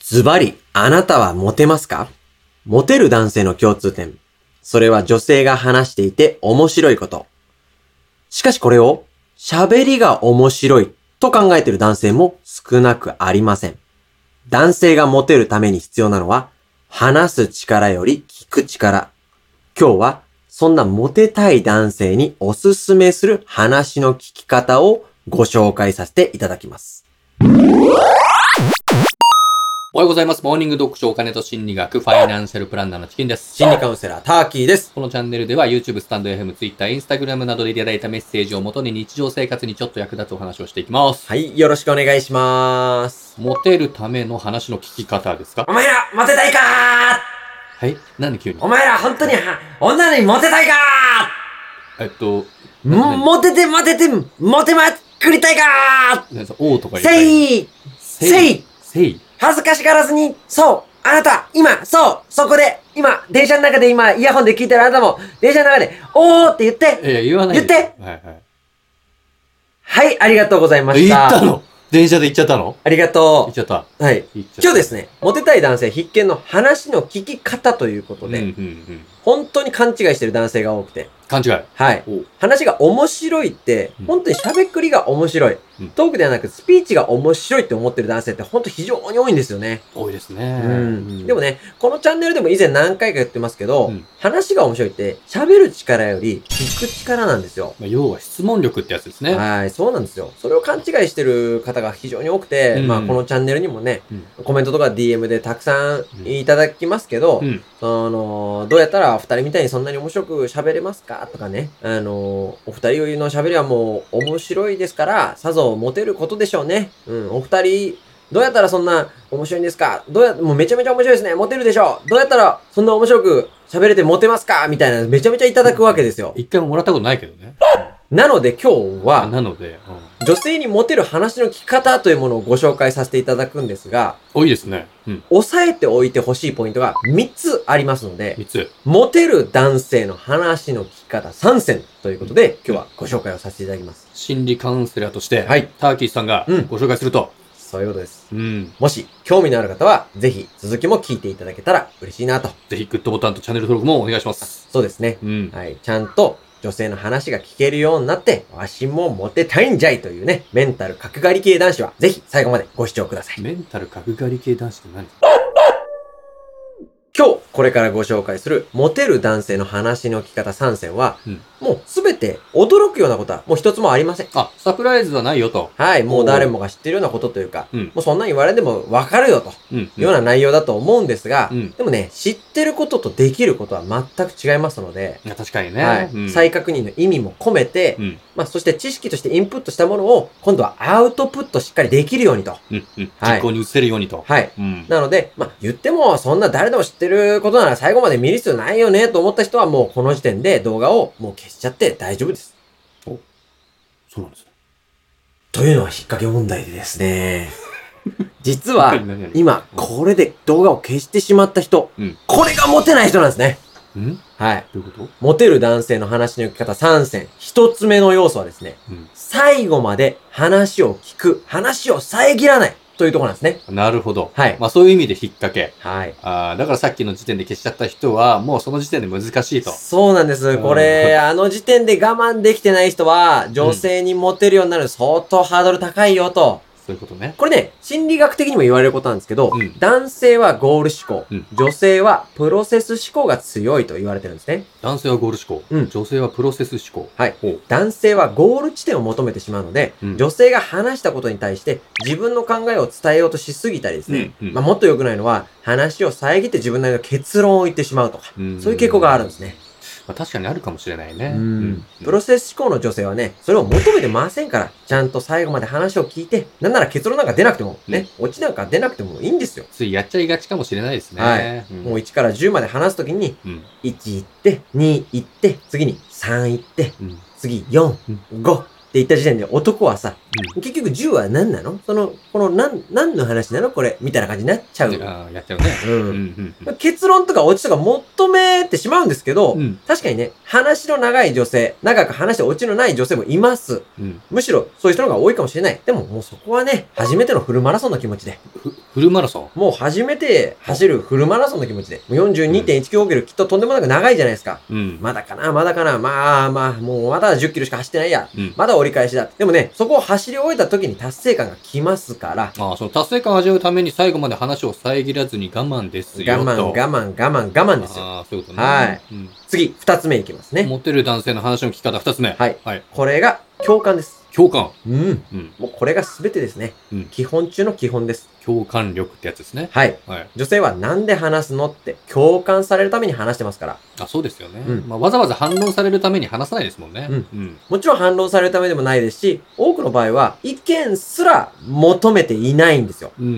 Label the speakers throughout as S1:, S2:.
S1: ズバリ、あなたはモテますかモテる男性の共通点。それは女性が話していて面白いこと。しかしこれを、喋りが面白いと考えている男性も少なくありません。男性がモテるために必要なのは、話す力より聞く力。今日は、そんなモテたい男性におすすめする話の聞き方をご紹介させていただきます。
S2: おはようございます。モーニング読書お金と心理学、ファイナンシャルプランナーのチキンです。
S1: 心理カウンセラー、ターキーです。
S2: このチャンネルでは YouTube、スタンド FM、Twitter、Instagram などでいただいたメッセージをもとに日常生活にちょっと役立つお話をしていきます。
S1: はい、よろしくお願いします。
S2: モテるための話の聞き方ですか
S1: お前ら、モテたいか
S2: はいなんで急に
S1: ーお前ら、本当に、は女にモテたいか
S2: えっと、
S1: ーもモテて、モテて、モテまくりたいか
S2: なんか王とか
S1: ー
S2: 言ったり
S1: せいせい
S2: せい
S1: 恥ずかしがらずに、そう、あなた、今、そう、そこで、今、電車の中で今、イヤホンで聞いてるあなたも、電車の中で、おーって言っ
S2: い
S1: て、
S2: や、言わないで
S1: 言っ
S2: はいはい
S1: はい、ありがとうございま
S2: あ。
S1: し
S2: 言
S1: た。
S2: ったの電車で行っちゃったの
S1: ありが
S2: 行
S1: と
S2: っちゃった。
S1: う。はい。
S2: 行っちゃった
S1: 今日ですね、モテたい男性必見の話の聞き方ということ
S2: うん
S1: で、
S2: うんうん。
S1: 本当に勘違いしてる男性が多くて、
S2: 勘違い。
S1: はい。
S2: お
S1: 話が面白いって
S2: う、ん
S1: 本当に喋りが面白い
S2: うん。
S1: トークではなくスピーチが面白いって思ってる男性って本当非常に多いんですよね。
S2: 多いですね。
S1: でも
S2: ね、
S1: ね、このチャンネルでも以前何回か言ってますけど、
S2: うん
S1: 話が面白いって喋る力より聞く力なんですよ。
S2: まあ要は質問力ってやつですね。
S1: はい、そうなんですよ。それを勘違いしてる方が非常に多くて、
S2: うん
S1: まあこのチャンネルにもね、
S2: うん
S1: コメントとか DM でたくさん
S2: うん
S1: いただきますけど、
S2: うん。
S1: その、どうやったら二人みたいにそんなに面白く喋れますかとかね。あの、お二人の喋りはもう面白いですから、さぞモテることでしょうね。うん、お二人、どうやったらそんな面白いんですかどうや、もうめちゃめちゃ面白いですね。モテるでしょうどうやったらそんな面白く喋れてモテますかみたいな、めちゃめちゃいただくわけですよ。
S2: 一回ももらったことないけどね。
S1: なので今日は、
S2: なので、うん
S1: 女性にモテる話の聞き方というものをご紹介させていただくんですが、
S2: 多いですね。うん。
S1: 押さえておいてほしいポイントが3つありますので、
S2: 三つ。
S1: モテる男性の話の聞き方3選ということで、今日はご紹介をさせていただきます。
S2: 心理カウンセラーとして、
S1: はい
S2: ターキーさんが
S1: うん
S2: ご紹介すると、
S1: そういうことです。
S2: うん。
S1: もし興味のある方は、ぜひ続きも聞いていただけたら嬉しいなと。
S2: ぜひグッドボタンとチャンネル登録もお願いします。
S1: そうですね。
S2: うん。
S1: はい。ちゃんと女性の話が聞けるようになって、わしもモテたいんじゃいというね、メンタル角刈り系男子は、ぜひ最後までご視聴ください。
S2: メンタル角刈り系男子って何
S1: 今日これからご紹介するモテる男性の話の聞き方3選は、
S2: うん
S1: もうすべて驚くようなことはもう一つもありません。
S2: あ、サプライズはないよと。
S1: はい、もう誰もが知ってるようなことというか、
S2: うん
S1: もうそんなん言われてもわかるよと
S2: うん。
S1: いうような内容だと思うんですが、
S2: うん
S1: でもね、知ってることとできることは全く違いますので、
S2: いや確かにね。
S1: はい
S2: うん
S1: 再確認の意味も込めて、
S2: うん。
S1: まあ、そして知識としてインプットしたものを今度はアウトプットしっかりできるようにと。
S2: うん。うん。
S1: はい
S2: 実行に移せるようにと。
S1: はい。
S2: うん。
S1: なので、まあ、言っても、そんな誰でも知ってることなら最後まで見る必要ないよねと思った人はもうこの時点で動画をもう消しちゃって大丈夫です。
S2: そうなんですね。
S1: というのは引っ掛け問題でです ね。実は、
S2: 何々
S1: 今、これで動画を消してしまった人、
S2: うん
S1: これがモテない人なんですね。
S2: うんど
S1: はい。
S2: ういうこと
S1: モテる男性の話の聞き方3選。一つ目の要素はですね、
S2: うん
S1: 最後まで話を聞く、話を遮らないというところなんですね。
S2: なるほど。
S1: はい
S2: まあそういう意味で引っ掛け。
S1: はい。
S2: ああ、だからさっきの時点で消しちゃった人は、もうその時点で難しいと。
S1: そうなんです。
S2: ん
S1: これ、あの時点で我慢できてない人は、女性にモテるようになる相当ハードル高いよと。
S2: そういうことね。
S1: これね、心理学的にも言われることなんですけど、
S2: うん
S1: 男性はゴール思考、
S2: うん
S1: 女性はプロセス思考が強いと言われてるんですね。
S2: 男性はゴール思考、
S1: うん
S2: 女性はプロセス思考。
S1: はい
S2: ほう。
S1: 男性はゴール地点を求めてしまうので、
S2: うん
S1: 女性が話したことに対して自分の考えを伝えようとしすぎたりですね。
S2: うんうん
S1: まあ、もっと良くないのは、話を遮って自分なりの結論を言ってしまうとか、
S2: うん
S1: そういう傾向があるんですね。
S2: まあ、確かにあるかもしれないね。
S1: うんプロセス思考の女性はね、それを求めてませんから、ちゃんと最後まで話を聞いて、なんなら結論なんか出なくても、ね、オチなんか出なくてもいいんですよ。
S2: ついやっちゃいがちかもしれないですね。
S1: はい
S2: うん
S1: もう1から10まで話すときに、
S2: うん。
S1: 1行って、2行って、次に3行って、
S2: うん。
S1: 次4、5って言った時点で男はさ、結局銃は何なのその、この何、何の話なのこれ、みたいな感じになっちゃう。
S2: あーやっちゃうね。
S1: うん
S2: う。んうん
S1: 結論とかオチとか求めてしまうんですけど、
S2: うん。うん
S1: 確かにね、話の長い女性、長く話してオチのない女性もいます。
S2: うん。
S1: むしろそういう人の方が多いかもしれない。でももうそこはね、初めてのフルマラソンの気持ちで。
S2: ふフルマラソン
S1: もう初めて走るフルマラソンの気持ちで。もう42.195キロきっととんでもなく長いじゃないですか。
S2: うん。
S1: まだかな、まだかな、まあまあ、もうまだ10キロしか走ってないや。
S2: うん。
S1: まだ折り返しだ。でもね、そこを走り終えた時に達成感が来ますから、
S2: ああ、その達成感を味わうために最後まで話を遮らずに我慢ですよ
S1: 我
S2: と。
S1: 慢、我慢、我慢、我慢ですよ。
S2: ああ、そういうことね。
S1: はい
S2: うん。
S1: 次、二つ目いきますね。
S2: モテる男性の話の聞き方二つ目。
S1: はい。
S2: はい。
S1: これが共感です。
S2: 共感。
S1: うん。
S2: うん。
S1: もうこれが全てですね。
S2: うん
S1: 基本中の基本です。
S2: 共感力ってやつですね。
S1: はい。
S2: はい。
S1: 女性はなんで話すのって共感されるために話してますから。
S2: あ、そうですよね。
S1: うん
S2: まあ、わざわざ反論されるために話さないですもんね。
S1: うん
S2: うん。
S1: もちろん反論されるためでもないですし、多くの場合は意見すら求めていないんですよ。
S2: うん、うん、う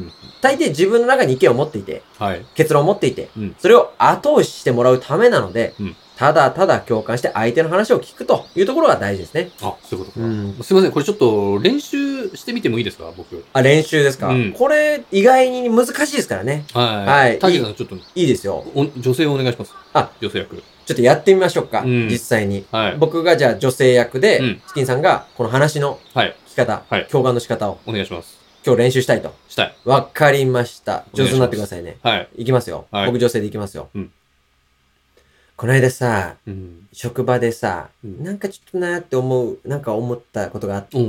S2: ん。
S1: 大抵自分の中に意見を持っていて、
S2: はい。
S1: 結論を持っていて、
S2: うん
S1: それを後押ししてもらうためなので、
S2: うん
S1: ただただ共感して相手の話を聞くというところが大事ですね。
S2: あ、そういうことか。
S1: うん
S2: すいません、これちょっと練習してみてもいいですか僕。
S1: あ、練習ですか、
S2: うん
S1: これ意外に難しいですからね。
S2: はい。
S1: はい
S2: タジさん、ちょっと、
S1: いいですよ。
S2: お女性をお願いします。
S1: あ、
S2: 女性役。
S1: ちょっとやってみましょうか。
S2: うん
S1: 実際に。
S2: はい。
S1: 僕がじゃあ女性役で、
S2: うん
S1: チキンさんがこの話の
S2: はい。
S1: 聞き方、
S2: はい
S1: 共感の仕方を
S2: お願いします。
S1: 今日練習したいと。
S2: したい。
S1: わかりました。上手になってくださいね。
S2: はい。
S1: いきますよ。
S2: はい
S1: 僕女性でいきますよ。
S2: うん
S1: この間さ、
S2: うん。
S1: 職場でさ、
S2: うん
S1: なんかちょっとなーって思う、なんか思ったことがあって、
S2: うんう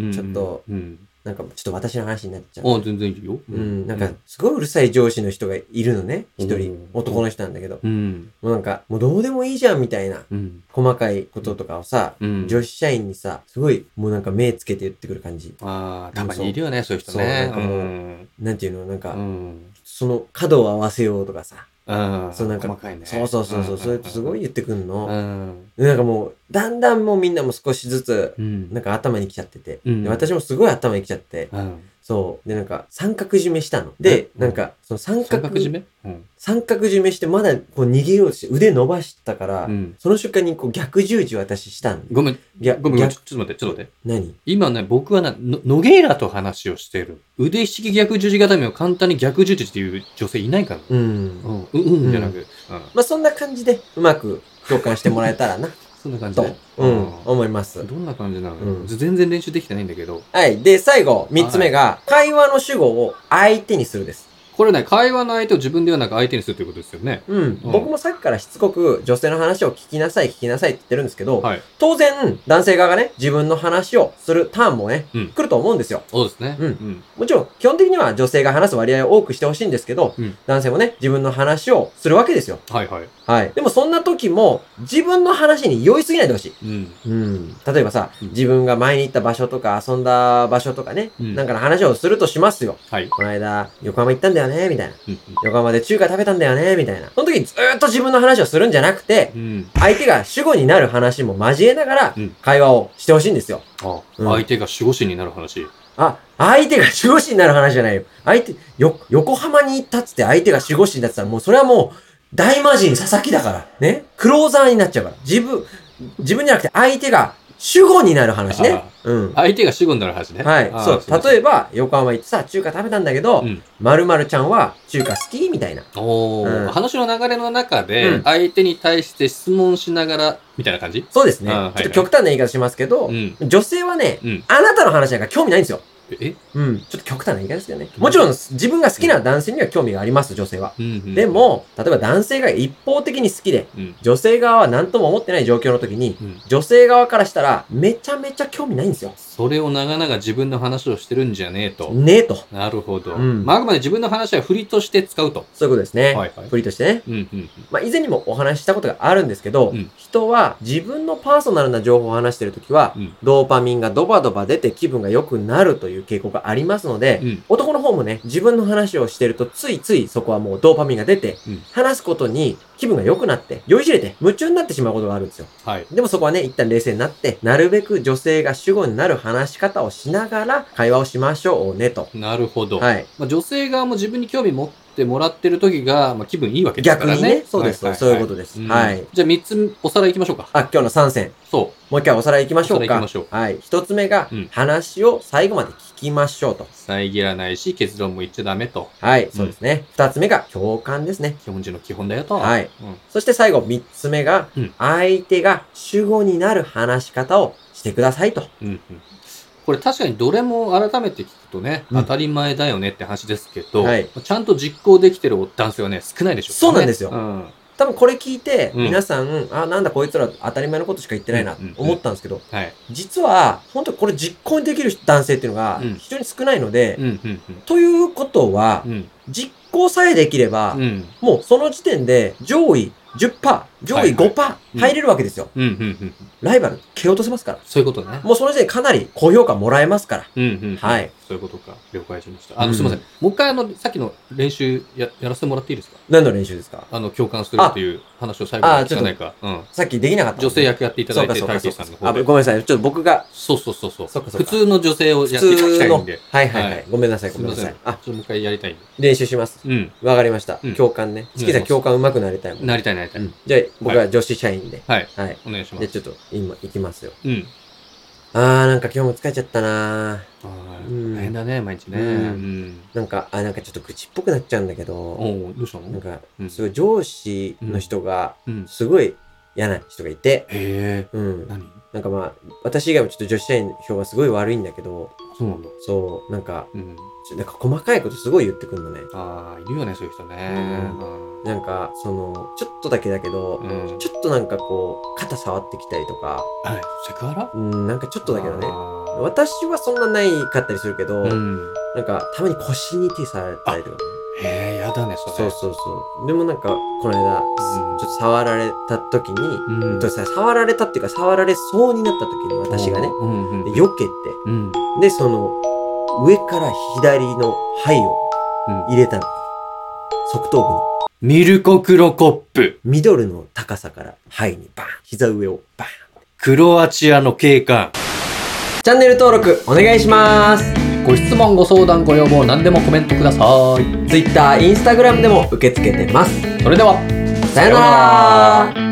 S2: んうん
S1: ちょっと、
S2: うん。
S1: なんかちょっと私の話になっちゃう。
S2: あ、全然いいよ。
S1: うん、なんか、すごいうるさい上司の人がいるのね、一
S2: う
S1: 人
S2: ん。
S1: 男の人なんだけど。
S2: うん。
S1: もうなんか、もうどうでもいいじゃんみたいな、
S2: うん。
S1: 細かいこととかをさ、
S2: うん。
S1: 女子社員にさ、すごい、もうなんか目つけて言ってくる感じ。
S2: ああ、たまにいるよね、そういう人ね。
S1: そう
S2: うん。
S1: なんていうのなんか、
S2: うん。
S1: その角を合わせようとかさ。
S2: うん。
S1: そうなんか
S2: 細かいね。
S1: そうそうそうそう、それすごい
S2: よ。
S1: 言ってくん
S2: う
S1: の。
S2: ん。
S1: なんかもう、だんだんもうみんなも少しずつ、
S2: うん。
S1: なんか頭に来ちゃってて。
S2: うん
S1: で私もすごい頭に来ちゃって。
S2: うん。
S1: そう。で、なんか、三角締めしたの。で、
S2: うん
S1: なんか、その三
S2: 三
S1: 角、
S2: 角締めうん。
S1: 三角締めして、まだこう逃げようとして、腕伸ばしたから、
S2: うん。
S1: その瞬間にこう逆十字私したの。
S2: ごめん、
S1: 逆、
S2: ごめん、
S1: 逆
S2: ちょ、ちょっと待って、ちょっと待って。
S1: 何
S2: 今ね、僕はな、のノゲイラと話をしてる。腕式逆十字固めを簡単に逆十字っていう女性いないから。
S1: うん。
S2: うん、うん、うん、じゃなく、うん。
S1: まあ、そんな感じで、うまく共感してもらえた らな、
S2: そんな感じ
S1: と
S2: で。、
S1: うん、思います。
S2: どんな感じなの、
S1: うん
S2: 全然練習できてないんだけど、
S1: はい。で、最後、三つ目が、会話の主語を相手にするです。
S2: これね、会話の相手を自分ではなく相手にするということですよね。
S1: うん。僕もさっきからしつこく女性の話を聞きなさい、聞きなさいって言ってるんですけど、
S2: はい。
S1: 当然、男性側がね、自分の話をするターンもね、
S2: うん
S1: 来ると思うんですよ。
S2: そうですね。
S1: うん
S2: ん。
S1: もちろん、基本的には女性が話す割合を多くしてほしいんですけど、
S2: うん
S1: 男性もね、自分の話をするわけですよ。
S2: はいはい。
S1: はい。でもそんな時も、自分の話に酔いすぎないでほしい。
S2: うん。
S1: うん。例えばさ、
S2: うん
S1: 自分が前に行った場所とか遊んだ場所とかね、
S2: うん
S1: なんかの話をするとしますよ。
S2: はい。
S1: この間、横浜行ったんだよね、みたいな。
S2: うん。
S1: 横浜で中華食べたんだよね、みたいな。その時にずーっと自分の話をするんじゃなくて、
S2: うん。
S1: 相手が主語になる話も交えながら
S2: うん、
S1: 会話をしてほしいんですよ。
S2: あ、
S1: うん
S2: 相手が守護神になる話。
S1: あ、相手が守護神になる話じゃないよ。相手、よ、横浜に行ったっつって相手が守護神だって言ったら、もうそれはもう、大魔神佐々木だから。ね。クローザーになっちゃうから。自分、自分じゃなくて相手が守護になる話ね。うん。
S2: 相手が守護になる話ね。
S1: はい。そう。例
S2: え
S1: えば、横浜行ってさ、中華食べたんだけど
S2: うん、
S1: まるまるちゃんは中華好きみたいな。
S2: ば。おー、
S1: うん
S2: 話の流れの中で、
S1: うん
S2: 相手に対して質問しながら、みたいな感じ
S1: そうですね。ち
S2: あー
S1: ょ
S2: は
S1: っ
S2: い
S1: と極端な言い方しますけど
S2: う、ん。
S1: 女性はね、
S2: うん。
S1: あなたの話なんか興味ないんですよ。
S2: え
S1: うん。ちょっと極端な言い方ですけどね。もちろん、自分が好きな男性には興味があります、女性は。
S2: うんうん
S1: で、も、例えば男性が一方的に好きで、
S2: うん。
S1: 女性側は何とも思ってない状況の時に、
S2: うん。
S1: 女性側からしたら、めちゃめちゃ興味ないんですよ。
S2: それを長々自分の話をしてるんじゃねえと。
S1: ねえと。
S2: なるほど。
S1: うん
S2: まあ、あくまで自分の話は振りとして使うと。
S1: そういうことですね。
S2: はいはい
S1: 振りとしてね。
S2: うんうん
S1: まあ、以前にもお話ししたことがあるんですけど、
S2: うん
S1: 人は自分のパーソナルな情報を話してるときは、
S2: うん
S1: ドーパミンがドバドバ出て気分が良くなるという傾向がありますので、
S2: うん。うん。
S1: 男の方もね、自分の話をしてると、ついついそこはもうドーパミンが出て、
S2: うん
S1: 話すことに気分が良くなって、酔いしれて、夢中になってしまうことがあるんですよ。
S2: はい。
S1: でもそこはね、一旦冷静になって、なるべく女性が主語になる話し方をしながら会話をしましょうねと。
S2: なるほど。
S1: はい。
S2: まあ、女性側も自分に興味持ってもらってる時が、まあ、気分いいわけですか
S1: 逆
S2: らね。
S1: にね、そうです、
S2: はは
S1: そういうことです。
S2: うん
S1: はい。
S2: じゃあ3つおさらい行きましょうか。
S1: あ、今日の3選。
S2: そう。
S1: もう一回おさらい行きましょう
S2: おさらい
S1: か。
S2: 行きましょ
S1: はい。一つ目が、
S2: うん
S1: 話を最後まで聞きましょうと。
S2: 遮らないし、結論も言っちゃダメと。
S1: はい、そうですね。二つ目が共感ですね。
S2: 基本中の基本だよと。
S1: はい。
S2: うん
S1: そして最後、三つ目が
S2: うん、
S1: 相手が主語になる話し方をしてくださいと。
S2: うんうんこれ確かにどれも改めて聞くとね、
S1: うん
S2: 当たり前だよねって話ですけど、
S1: はい
S2: ちゃんと実行できてる男性はね、少ないでしょ
S1: そうなんですよ
S2: うんは
S1: 多分これ聞いて、
S2: うん
S1: 皆さん、あ、なんだこいつら当たり前のことしか言ってないなと
S2: うんうんうん
S1: 思ったんですけど、
S2: い。
S1: 実は、本当にこれ実行にできる男性っていうのが
S2: うん
S1: 非常に少ないので
S2: う、んうん
S1: ということは
S2: う、ん。
S1: 実行さえできれば
S2: うん。う、ん
S1: もうその時点で上位10%、上
S2: はい
S1: 位
S2: はい
S1: 5%
S2: うん
S1: 入れるわけですよ。
S2: うんうんうん。
S1: ライバル蹴落とせますから。
S2: そういうことね。
S1: もうその時点でかなり高評価もらえますから。
S2: うんうん。
S1: はい。
S2: そういうことか。了解しました。あの、
S1: うん
S2: すみません。もう一回あの、さっきの練習ややらせてもらっていいですか
S1: 何の練習ですか
S2: あの、共感するっていう話を最後
S1: ああ
S2: に
S1: ち
S2: 聞
S1: ょっ
S2: か
S1: と
S2: ないか。うん。
S1: さっきできなかったもんね。
S2: 女性役やっていただいて、
S1: そうか
S2: 大
S1: そ
S2: 成
S1: うか
S2: さんの
S1: あ、ご
S2: 方
S1: め
S2: で。
S1: んなさい。ちょっと僕が、
S2: そうそうそうそう。
S1: そうかそう
S2: 普
S1: か
S2: 通の女性を
S1: 普
S2: やっていただき
S1: 通
S2: たい
S1: の
S2: んで。。
S1: はいはいは
S2: はい
S1: い。ごめんなさい、
S2: す
S1: ご
S2: み
S1: めん
S2: ま
S1: な
S2: せん。
S1: さ
S2: ち
S1: いあ、
S2: ょっ。ともう一回やりたいんで。
S1: 練習します。
S2: うん。
S1: わかりました
S2: うん。
S1: 共感ね。
S2: お
S1: 好
S2: 願
S1: きな
S2: いします
S1: 共感上手くなりたいもん。
S2: なりたいなりた
S1: う
S2: い。
S1: んじゃあ、僕は女子社員で。
S2: はい。
S1: はい。
S2: お願いしま。
S1: ですちょっと、今、行きますよ。
S2: うん。
S1: あー、なんか今日も疲れちゃったな
S2: あー
S1: うん
S2: 大変だね、毎日ね。う
S1: うん
S2: ん。
S1: ーなんか、あ、なんかちょっと愚痴っぽくなっちゃうんだけど、
S2: おおどうしたの
S1: なんか、
S2: うん
S1: すごい上司の人が、
S2: うん。
S1: すごい嫌な人がいて、
S2: へえ。
S1: うん。
S2: 何
S1: なんかまあ、私以外もちょっと女子社員評はすごい悪いんだけど、
S2: そうなんだ。
S1: そう、なんか、
S2: うん。
S1: ちょなんか細かいことすごい言ってくるのね。
S2: ああ、いるよね、そういう人ね。うん
S1: なんか、その、ちょっとだけだけど、
S2: うん
S1: ちょっとなんかこう、肩触ってきたりとか、
S2: あれ、セクハラ
S1: うん、なんかちょっとだけどね。
S2: あ
S1: 私はそんなないかったりするけど、
S2: ーうん。
S1: なんか、たまに腰に手触られたりとか。
S2: へえ、やだね、それ。
S1: そうそうそう。でもなんか、この間、
S2: ん
S1: ちょっと触られた時に、
S2: うん
S1: とさ触られたっていうか、触られそうになった時に私がね、
S2: うんうん
S1: で
S2: うん。
S1: 避けて、
S2: うん。
S1: で、その、上から左の肺を
S2: うん
S1: 入れたの。側頭部に。
S2: ミルコクロコップ、
S1: ミドルの高さから肺にバーン膝上をバーン
S2: クロアチアの警官。
S1: チャンネル登録お願いします
S2: ご質問、ご相談、ご要望、何でもコメントください。
S1: Twitter、Instagram でも受け付けてます
S2: それでは、
S1: さよなら